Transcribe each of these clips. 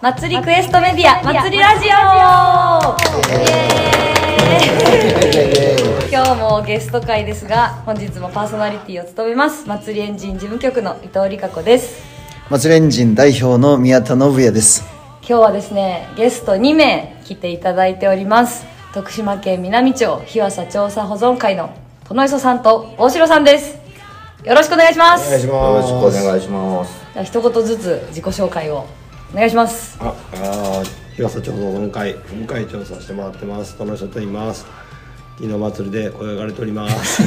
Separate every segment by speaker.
Speaker 1: 祭りクエストメディア祭りラジオイエーイ今日もゲスト会ですが本日もパーソナリティを務めます祭りエンジン事務局の伊藤理香子です
Speaker 2: 祭りエンジン代表の宮田信也です
Speaker 1: 今日はですねゲスト2名来ていただいております徳島県南町日和佐調査保存会の殿磯さんと大城さんですよろしくお願いします
Speaker 3: お願いします。
Speaker 4: よろしくお願いします。
Speaker 1: じゃあ一言ずつ自己紹介をお願いします
Speaker 3: あ、あー、広瀬町の本会、本会調査してもらってます。この人と言います。昨日祭りで声がれております。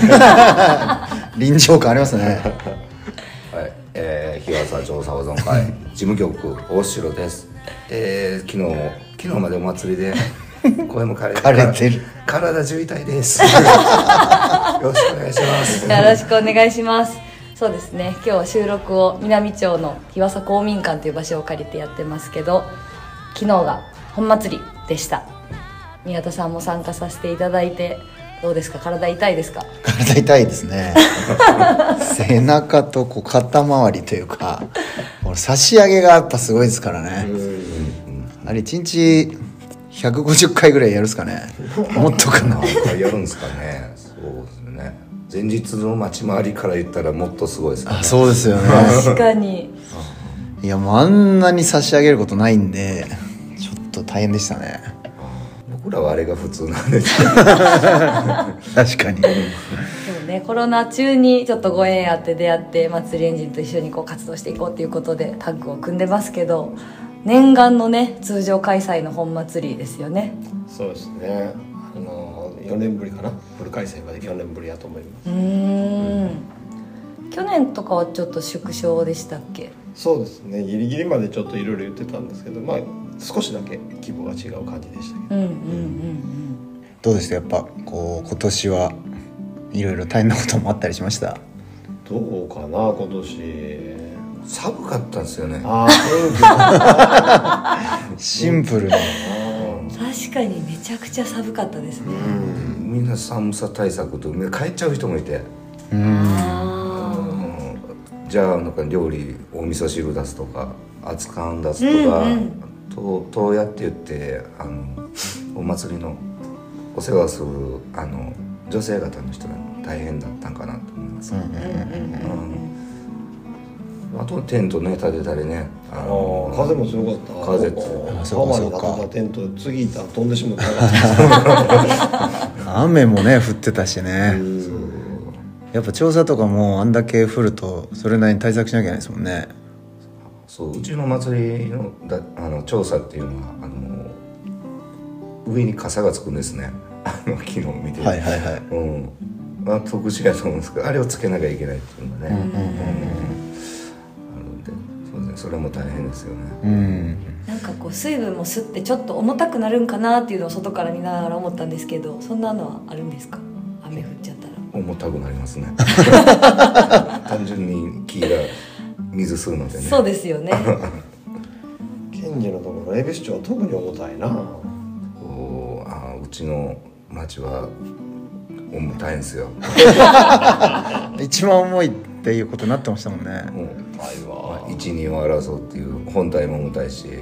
Speaker 2: 臨場感あります ね
Speaker 4: はい、えー、日傘調査保存会事務局大城です。えー、昨日も昨日までお祭りで声も枯れて
Speaker 2: 枯れてる
Speaker 4: 体渋滞です。よろしくお願いします。
Speaker 1: よろしくお願いします。そうですね。今日は収録を南町の日和佐公民館という場所を借りてやってますけど、昨日が本祭りでした。宮田さんも参加させていただいて、どうですか体痛いですか
Speaker 2: 体痛いです ね背中とこう肩周りというかこの差し上げがやっぱすごいですからねあれ1日150回ぐらいやるんですかねもっとかな
Speaker 4: なんかやるんですかね。そうですね。前日の街回りから言ったらもっとすごいですか
Speaker 2: あ
Speaker 4: ね。
Speaker 2: そうですよね
Speaker 1: 確かに。
Speaker 2: いやもうあんなに差し上げることないんでちょっと大変でしたね
Speaker 4: 僕らはあれが普通なんですけど。
Speaker 2: 確かに
Speaker 1: でもね、コロナ中にちょっとご縁あって出会って、祭りエンジンと一緒にこう活動していこうということでタッグを組んでますけど、念願のね、通常開催の本祭りですよね。
Speaker 3: そうですね。あのー、四年ぶりかな。フル開催まで四年ぶりやと思いま
Speaker 1: うーん去年とかはちょっと縮小でしたっけ
Speaker 3: す。そうですね。ギリギリまでちょっといろいろ言ってたんですけど、まあ少しだけ規模が違う感じでしたけど。
Speaker 1: うんうんうん
Speaker 2: どうでしたやっぱこう今年はいろいろ大変なこともあったりしました
Speaker 3: どうかな今年。
Speaker 4: 寒かったんですよね。
Speaker 3: あ あ、
Speaker 2: シンプルに
Speaker 1: うん確かにめちゃくちゃ寒かったですね、
Speaker 4: みんな寒さ対策と帰っちゃう人もいて。
Speaker 1: あ
Speaker 4: うんじゃあなんか料理お味噌汁出すとか熱燗出すとか、
Speaker 1: うんう
Speaker 4: ととうやって言ってあのお祭りのお世話するあの女性方の人が大変だったんかなと思います、うんあとテントね立てたりねあ
Speaker 3: あ
Speaker 4: の
Speaker 3: ー風も強かった。
Speaker 4: 風
Speaker 3: あ
Speaker 2: そうかそ
Speaker 3: 浜に
Speaker 2: うか
Speaker 3: 立てたテント、次行ったら飛んでしまった。
Speaker 2: 雨もね降ってたしねやっぱ調査とかもあんだけ降るとそれなりに対策しなきゃいけないですもんね
Speaker 4: そううちの祭りのだあの調査っていうのはあの上に傘がつくんですねあの昨日見てて
Speaker 2: はいはいはい
Speaker 4: うん、まあ特殊やと思うんですけどあれをつけなきゃいけないっていうのがね、うんあるんでそうですねそれも大変ですよね、
Speaker 2: うん
Speaker 1: なんかこう水分も吸ってちょっと重たくなるんかなっていうのを外から見ながら思ったんですけどそんなのはあるんですか雨降っちゃったら
Speaker 4: 重たくなります ね単純に木が水吸うのでね
Speaker 1: そうですよね
Speaker 3: 賢治のところ、恵比寿町は特に重たいな。
Speaker 4: おーあーうちの町は重たいんですよ
Speaker 2: 一番重いっていうことになってましたもんね
Speaker 4: もう一二を争うっていう本体も重たいし、え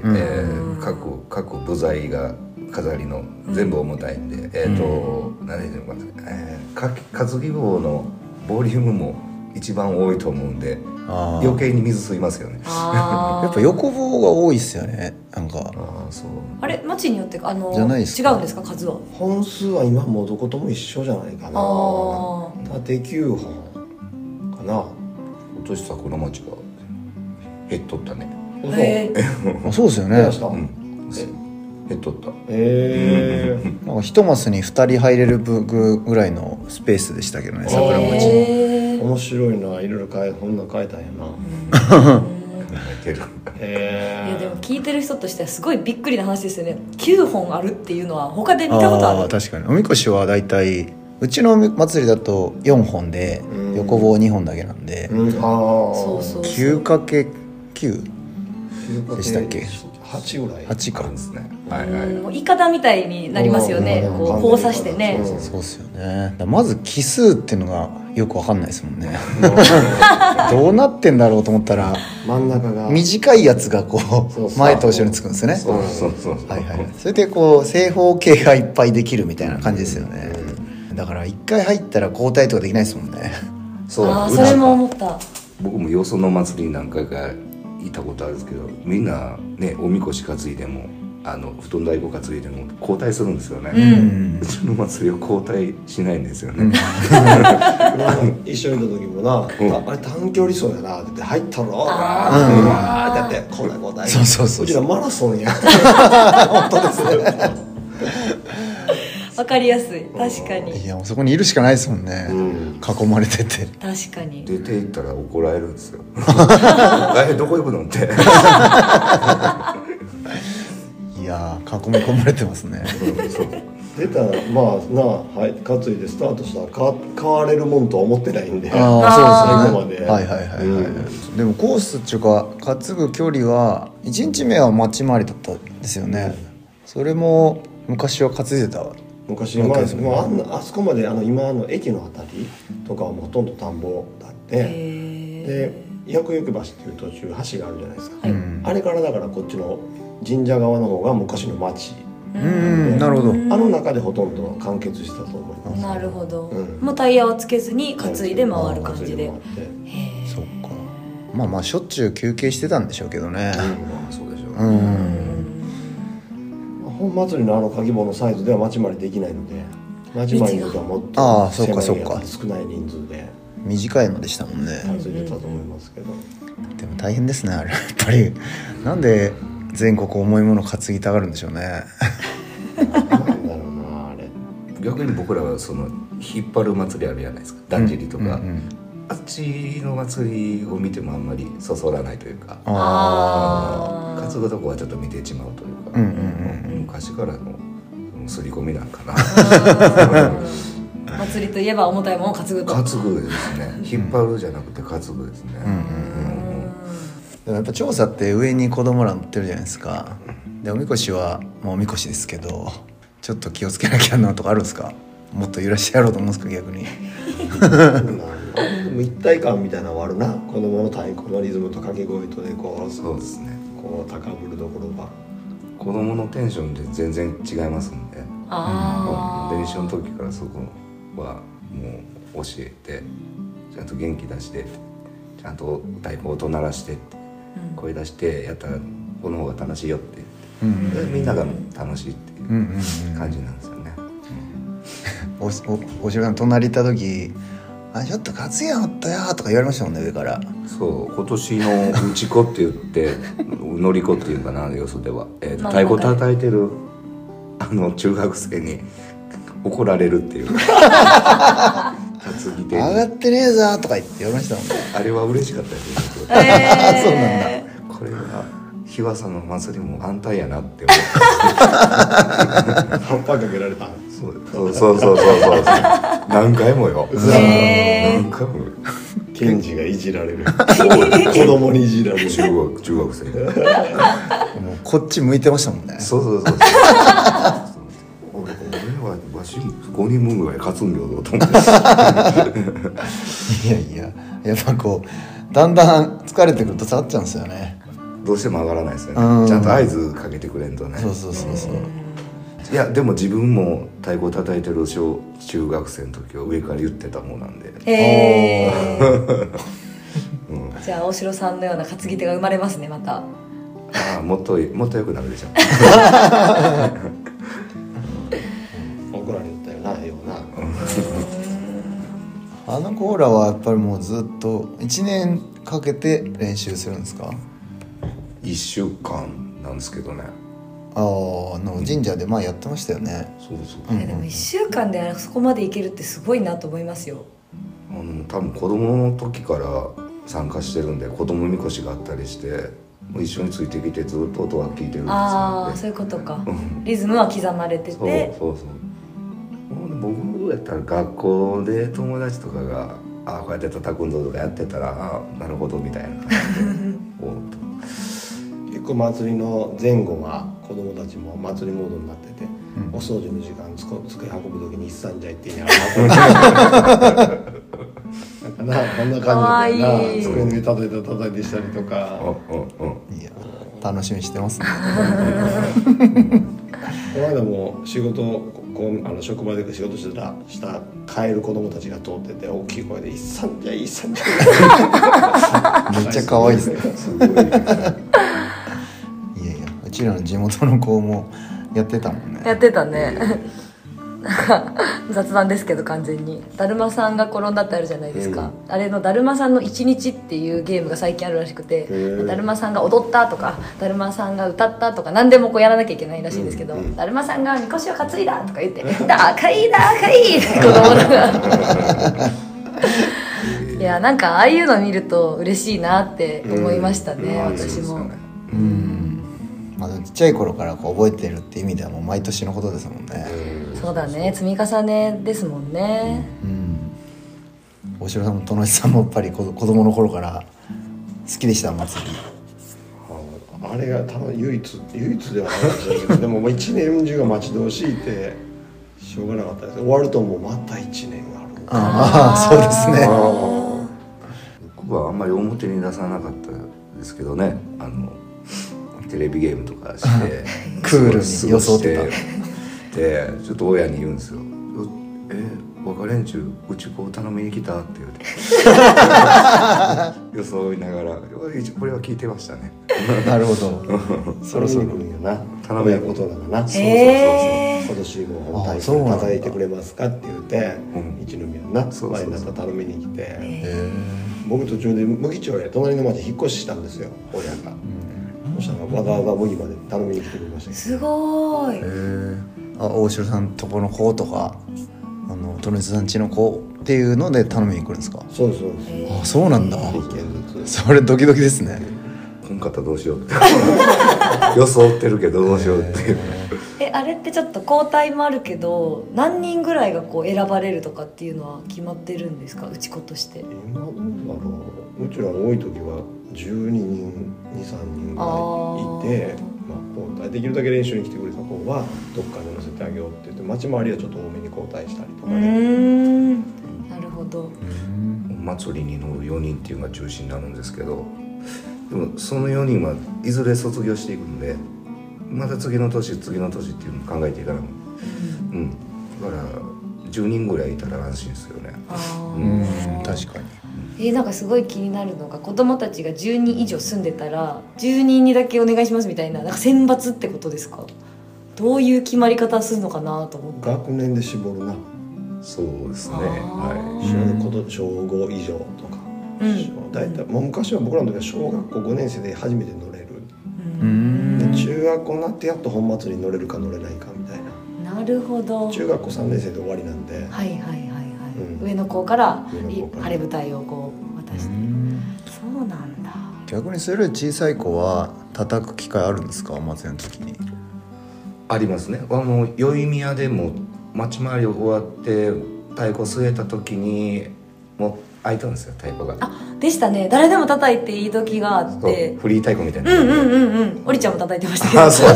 Speaker 4: ー各各部材が飾りの全部重たいんで、えっ、と、何でしょうか、えー、か担ぎ棒のボリュームも一番多いと思うんで
Speaker 2: あー
Speaker 4: 余計に水吸いますよねあ
Speaker 1: あ
Speaker 2: やっぱ横棒が多いっすよねなんか
Speaker 4: あそう
Speaker 1: あれ町によってあの
Speaker 2: じゃないです
Speaker 1: 違
Speaker 2: か
Speaker 1: うんですか数は
Speaker 3: 本数は今もうどことも一緒じゃないか
Speaker 1: あ
Speaker 3: な
Speaker 1: あ
Speaker 3: 縦9本かな
Speaker 4: 今年桜町が減っとったね
Speaker 3: 嘘
Speaker 1: へえ
Speaker 2: あそうですよね
Speaker 3: 出ました
Speaker 4: うん減っとった
Speaker 3: ええ
Speaker 2: なんか一マスに2人入れる分ぐらいのスペースでしたけどね桜
Speaker 3: へ
Speaker 2: 町
Speaker 1: へえ
Speaker 3: 面白いないろいろ変えこんなん変えたんやな
Speaker 4: 減 ってる
Speaker 1: いやで
Speaker 3: え
Speaker 1: も聞いてる人としてはすごいびっくりな話ですよね9本あるっていうのは他で見たことある
Speaker 2: ー確かにおみこしは大体うちの祭りだと4本で
Speaker 3: うん
Speaker 2: 横棒2本だけなんで
Speaker 3: えうんああ
Speaker 1: そうそうそう
Speaker 2: 9×98
Speaker 3: う
Speaker 2: でしたっけ
Speaker 3: 8ぐらい
Speaker 4: あるん
Speaker 2: か
Speaker 4: ですねはいはい、
Speaker 1: もうイカダみたいになりますよね
Speaker 3: うん
Speaker 1: こう
Speaker 3: うん
Speaker 1: 交差してね
Speaker 3: うん
Speaker 2: そうっすよねだからまず奇数っていうのがよくわかんないですもんねどうなってんだろうと思ったら
Speaker 3: 真ん中が
Speaker 2: 短いやつがこ
Speaker 3: そう
Speaker 2: う前と後ろにつくんですよね
Speaker 4: そうそうそうそう
Speaker 2: はいはいそれでこう正方形がいっぱいできるみたいな感じですよねだから一回入ったら交代とかできないですもんね
Speaker 4: そう
Speaker 1: ああ
Speaker 4: うち
Speaker 1: それも思った
Speaker 4: 僕もよその祭りに何回か行ったことあるんですけどみんなねおみこし担いでもあの布団太鼓担いでも交代するんですよね、
Speaker 1: う
Speaker 4: うんちの祭りは交代しないんですよね、
Speaker 3: 一緒にいた時もな、ああれ短距離走やなって言って入ったろうわーってやってこないこない
Speaker 2: そうそうそう
Speaker 3: うちらマラソ ンや
Speaker 1: わかりやすい確か
Speaker 2: い
Speaker 1: に
Speaker 2: やもうそこにいるしかないですもんね、囲まれてて
Speaker 1: 確かに
Speaker 4: 出て行ったら怒られるん ですよ「えどこ行くの?」 ってそ
Speaker 2: いやー囲み込まれてますね
Speaker 4: うそう
Speaker 3: 出たらまあなあ、はい、担いでスタートしたらか変われるもんとは思ってないんで
Speaker 2: ああそうです
Speaker 3: 最後
Speaker 2: ね
Speaker 3: ま
Speaker 2: は
Speaker 3: で
Speaker 2: いはいはいはい、
Speaker 3: う
Speaker 2: でもコースっていうか担ぐ距離は1日目は待ち回りだったんですよねそれも昔は担いでたわ
Speaker 3: 昔まあもうあんなあそこまであの今の駅のあたりとかはもうほとんど田んぼだって
Speaker 1: へ
Speaker 3: で
Speaker 1: え
Speaker 3: 薬浴橋っていう途中橋があるじゃないですか、
Speaker 1: はい
Speaker 2: うん
Speaker 3: あれからだからこっちの神社側の方が昔の町
Speaker 2: うんなるほど
Speaker 3: あの中でほとんど完結したと思います
Speaker 1: なるほど、
Speaker 3: うん
Speaker 1: もうタイヤをつけずに担いで回る感じで、
Speaker 3: 担いで
Speaker 1: へえ
Speaker 2: そっかまあまあしょっちゅう休憩してたんでしょうけどね
Speaker 4: まあそうでしょう、
Speaker 2: うん
Speaker 3: 回って本祭りのあの鍵棒のサイズでは町までできないので町までの時はもっ
Speaker 2: ああそ
Speaker 3: と
Speaker 2: うか
Speaker 3: 狭いやつ
Speaker 2: そうか
Speaker 3: 少ない人数で
Speaker 2: 短いのでしたもんね
Speaker 3: 担いでたと思いますけど、
Speaker 2: でも大変ですねあれやっぱりなんで全国重いもの担ぎたがるんでしょうね
Speaker 3: なんだろうなあれ
Speaker 4: 逆に僕らはその引っ張る祭りあるじゃないですかだんじりとか、
Speaker 2: うんうん
Speaker 4: あっちの祭りを見てもあんまりそそらないというか
Speaker 1: あ
Speaker 4: 担ぐとこはちょっと見てしまうというか、
Speaker 2: うんうん
Speaker 4: 昔からのその刷り込みなんか な
Speaker 1: あ祭りといえば重たいものを担ぐと
Speaker 4: 担ぐですね引っ張るじゃなくて担ぐですね、うんうん
Speaker 2: でもやっぱ調査って上に子供ら乗ってるじゃないですかでおみこしはまあおみこしですけどちょっと気をつけなきゃなとかあるんですかもっと揺らしてやろうと思うんですか逆に
Speaker 3: でも一体感みたいなのはあるな子供の太鼓のリズムと掛け声とでこう
Speaker 4: そうですね
Speaker 3: こう高ぶるところが
Speaker 4: 子供のテンションって全然違いますんで
Speaker 1: あー
Speaker 4: 練習の時からそこはもう教えてちゃんと元気出してちゃんと太鼓音鳴らしてって声出してやったらこの方が楽しいよって言って、でみんなが楽しいってい
Speaker 2: うんうん
Speaker 4: う感じなんですよね、
Speaker 2: おおお城さん隣行った時「あちょっと勝つやんおったよ」とか言われましたもんね上から
Speaker 4: そう今年のうち子って言って 乗り子っていうかなよそでは、えーと
Speaker 1: まあ
Speaker 4: 太鼓叩いてるあの中学生に怒られるっていう 担ぎ
Speaker 2: 「
Speaker 4: 手に
Speaker 2: 上がってねえぞ」とか言って言われましたもんね
Speaker 4: あれは嬉しかったですね
Speaker 1: え
Speaker 2: そうなん
Speaker 1: だ
Speaker 4: これは日和さんの祭りも安泰やなって思っ
Speaker 3: 葉っぱかけられた
Speaker 4: てそうそうそうそうそうそう何回もよ
Speaker 1: へー
Speaker 4: 何回も
Speaker 3: ケンジがいじられ る子供にいじられる
Speaker 4: 中学中学生
Speaker 2: もうこっち向いてましたもんね
Speaker 4: そうそうそうそう俺はわし5人分ぐらい勝つんよと思って
Speaker 2: いやいややっぱこうだんだん疲れてくると下がっちゃうんですよね
Speaker 4: どうしても上がらないですよ
Speaker 2: うん
Speaker 4: ねちゃんと合図かけてくれんとね
Speaker 2: そうそうそうそう
Speaker 4: いやでも自分も太鼓叩いてる小中学生の時は上から言ってたもんなんで
Speaker 1: へえ
Speaker 4: う ん
Speaker 1: じゃあ大城さんのような担ぎ手が生まれますねまた
Speaker 4: ああもっともっと良くなるでしょ
Speaker 3: 怒られたよなような
Speaker 2: あのコーラはやっぱりもうずっと1年かけて練習するんですか
Speaker 4: 1週間なんですけどね
Speaker 2: あーあの神社で前やってましたよね
Speaker 4: そうそう
Speaker 1: いやでも1週間でそこまでいけるってすごいなと思いますよ
Speaker 4: あの多分子供の時から参加してるんで子供みこしがあったりしてもう一緒についてきてずっと音は聞いてるんですよ
Speaker 1: ああ
Speaker 4: で
Speaker 1: そういうことかリズムは刻まれて
Speaker 4: そう
Speaker 1: て
Speaker 4: そうそうほんで僕やったら学校で友達とかが「ああこうやって叩くんぞ」とかやってたら「ああなるほど」みたいな感じでおうと
Speaker 3: 結構祭りの前後は子供たちも祭りモードになってて、お掃除の時間つこ机運ぶ時に一三じゃ行っていいな こんな感じで
Speaker 1: か
Speaker 3: な
Speaker 1: わいい
Speaker 3: 机の上叩いたり叩いてしたりとか
Speaker 4: うんうんうん
Speaker 2: いや楽しみにしてます ね
Speaker 3: この間も仕事ここうあの職場で仕事してたした帰る子供たちが通ってて大きい声で「一さんじゃい一さんじゃ」
Speaker 2: めっちゃ可愛いですね
Speaker 4: すごい
Speaker 2: いやいやうちらの地元の子もやってたもんね
Speaker 1: やってたねなんか雑談ですけど完全にだるまさんが転んだってあるじゃないですか、あれの「だるまさんの一日」っていうゲームが最近あるらしくて
Speaker 3: ー
Speaker 1: だるまさんが踊ったとかだるまさんが歌ったとか何でもこうやらなきゃいけないらしいんですけど、だるまさんが「みこしを担いだ」とか言って「だかいだかい」って子供がいやなんかああいうの見ると嬉しいなって思いましたね、
Speaker 4: まあそう
Speaker 1: 私
Speaker 4: です
Speaker 1: も、
Speaker 4: よね
Speaker 2: まあ、でもちっちゃい頃からこう覚えてるって意味ではもう毎年のことですもんね
Speaker 1: そうだね積み重ねですもんね、
Speaker 2: うん大城さんも殿さんもやっぱり子 子供の頃から好きでした祭り
Speaker 3: ああれが多分唯一唯一ではないかもしれないけどでももう一年中が待ち遠しいってしょうがなかったです終わるともうまた一年ある
Speaker 2: ああそうですね
Speaker 4: 僕はあんまり表に出さなかったですけどねあのテレビゲームとかして
Speaker 2: クールに
Speaker 4: 過ごし
Speaker 2: 装って
Speaker 4: でちょっと親に言うんですよ「え若連中うちこう頼みに来た?」って言うて 装いながら一応これは聞いてましたね
Speaker 2: なるほど
Speaker 3: そろそろ来るんやな
Speaker 4: 頼
Speaker 3: 頼
Speaker 4: む
Speaker 3: む
Speaker 4: よ
Speaker 3: やことだからな
Speaker 1: そうそうえー
Speaker 3: 今年も本体
Speaker 2: あそうなんだ
Speaker 3: 叩いてくれますかって言って
Speaker 4: うん
Speaker 3: 一宮のな
Speaker 4: そうそうそう
Speaker 3: 前になったら頼みに来て
Speaker 2: え
Speaker 3: 僕途中で麦町へ隣の町引っ越ししたんですよ親が、そしたらわざわざ麦まで頼みに来てくれましたけど
Speaker 1: すごーい
Speaker 2: えあ大城さんとこの子とかあの殿さんちの子っていうので頼みに来るんですか
Speaker 3: そうですそうです
Speaker 2: あそうなんだ
Speaker 3: 一軒ずつ
Speaker 2: それドキドキですね
Speaker 4: 「こんかったらどうしよう」って 装ってるけどどうしようっていう
Speaker 1: えあれってちょっと交代もあるけど何人ぐらいがこう選ばれるとかっていうのは決まってるんですかうち子として
Speaker 3: 今どうだろううちら多い時は12人23人ぐらいいて
Speaker 1: あー
Speaker 3: まあ、交代できるだけ練習に来てくれた子はどっかで乗せてあげようって言って町回りはちょっと多めに交代したりと
Speaker 1: う
Speaker 3: かね
Speaker 1: んなるほど
Speaker 4: 祭りに乗る4人っていうのが中心になるんですけどでもその4人はいずれ卒業していくんでまた次の年次の年っていうのを考えていかなくうんだから10人ぐらいいたら安心ですよね
Speaker 1: あー
Speaker 2: うん確かに
Speaker 1: えーなんかすごい気になるのが子供たちが10人以上住んでたら10人にだけお願いしますみたいななんか選抜ってことですかどういう決まり方するのかなと思って
Speaker 3: 学年で絞るな
Speaker 4: そうですね
Speaker 1: あー
Speaker 4: は
Speaker 3: 小こと小5以上とか、
Speaker 1: うん
Speaker 3: 小大体もう昔は僕らの時は小学校5年生で初めて乗れる、
Speaker 2: うーん
Speaker 3: で中学校になってやっと本祭りに乗れるか乗れないかみたいな
Speaker 1: なるほど
Speaker 3: 中学校3年生で終わりなんで、
Speaker 1: はいはいはいはい、
Speaker 3: うん
Speaker 1: 上の子から
Speaker 3: 上の
Speaker 1: い
Speaker 3: 子から
Speaker 1: 晴れ舞台をこう渡して、そうなんだ
Speaker 2: 逆にそれより小さい子は叩く機会あるんですかお祭りの時に
Speaker 4: ありますねあの宵宮でも町回り終わって太鼓据えた時にもう開いたんですよ太鼓が
Speaker 1: あでしたね誰でも叩いていい時があっ
Speaker 4: そう
Speaker 1: て
Speaker 4: フリー太鼓みたいな、
Speaker 1: うんうんうんうんおりちゃんも叩いてましたけ
Speaker 4: あ
Speaker 1: ど
Speaker 4: そう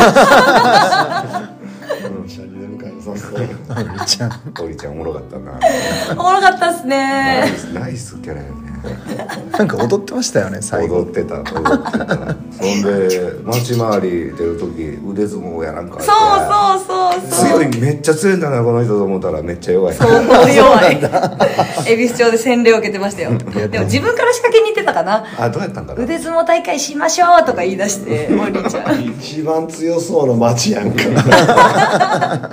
Speaker 3: シャリで迎えにさせて
Speaker 2: あゆりちゃん
Speaker 4: おりちゃんおもろかった な
Speaker 1: おもろかったっす
Speaker 4: ナ
Speaker 1: ね
Speaker 4: イスナイスキャラよね
Speaker 2: なんか踊ってました よね最後
Speaker 4: 踊ってた踊ってたそんで街回り出る時腕相撲やなんか
Speaker 1: そうそうそうそう
Speaker 4: 強いめっちゃ強いんだなこの人と思ったらめっちゃ弱い
Speaker 1: 相当弱い 恵比寿町で洗礼を受けてましたよでも自分から仕掛けに行ってたかな
Speaker 4: あどうやったんかな
Speaker 1: 腕相撲大会しましょうとか言い出しておりちゃん
Speaker 3: 一番強そうな町やんか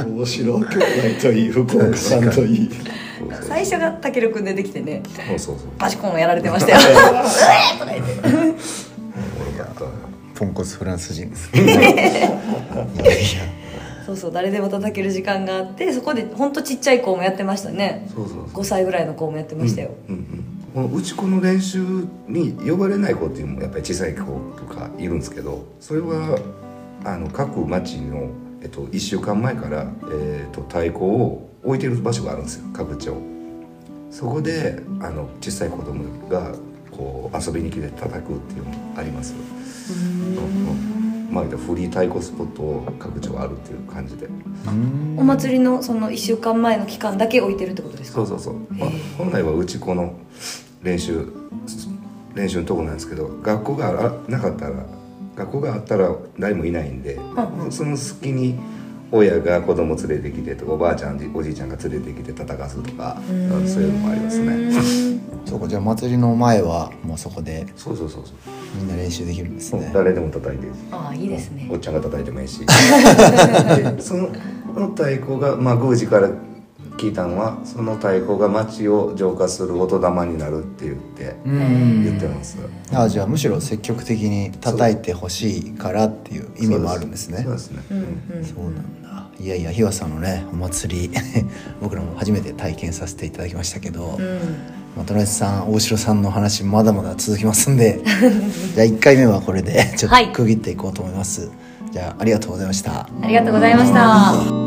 Speaker 3: 大城兄弟といい福岡さんといい
Speaker 1: 最初がたけるくんでできてね
Speaker 4: そうそうそう
Speaker 1: パシコンをやられてましたよ
Speaker 4: 俺やったな
Speaker 2: ポンコツフランス人ですねいやいや
Speaker 1: そうそう誰でも叩ける時間があってそこでほんとちっちゃい子もやってましたね
Speaker 4: そうそうそう
Speaker 1: 5歳ぐらいの子もやってましたよ、
Speaker 4: うんうんこのうちこの練習に呼ばれない子っていうのもやっぱり小さい子とかいるんですけどそれはあの各町の、えっと、1週間前から、えっと、太鼓を置いてる場所があるんですよ各町そこであの小さい子供がこう遊びに来て叩くっていうのもありますうんうんまあフリー太鼓スポットを各町あるっていう感じで
Speaker 1: お祭りのその1週間前の期間だけ置いてるってことですか
Speaker 4: そうそうそう、まあ、本来はうちこの練習練習のとこなんですけど学校があなかったら学校があったら誰もいないんで、その隙に親が子供連れてきてとかおばあちゃんおじいちゃんが連れてきて叩かすとかそういうのもありますね。
Speaker 2: そうかじゃあ祭りの前はもうそこで
Speaker 4: そうそうそうそう
Speaker 2: みんな練習できるんですね
Speaker 4: 誰でも叩いていいです
Speaker 1: ああいいですね
Speaker 4: おっちゃんが叩いてもい いしでそのこの太鼓が、まあ、宮司から聞いたのはその太鼓が街を浄化する音玉になるって言って、
Speaker 2: うん
Speaker 4: 言ってます
Speaker 2: ああじゃあむしろ積極的に叩いてほしいからっていう意味もあるんですね
Speaker 4: そうですね、うん
Speaker 2: そうなんだいやいや日和さんのねお祭り 僕らも初めて体験させていただきましたけど、まあ、トライスさん大城さんの話まだまだ続きます んでじゃあ1回目はこれでちょっ
Speaker 1: は
Speaker 2: と
Speaker 1: い
Speaker 2: 区切っていこうと思います、じゃあありがとうございました
Speaker 1: ありがとうございました。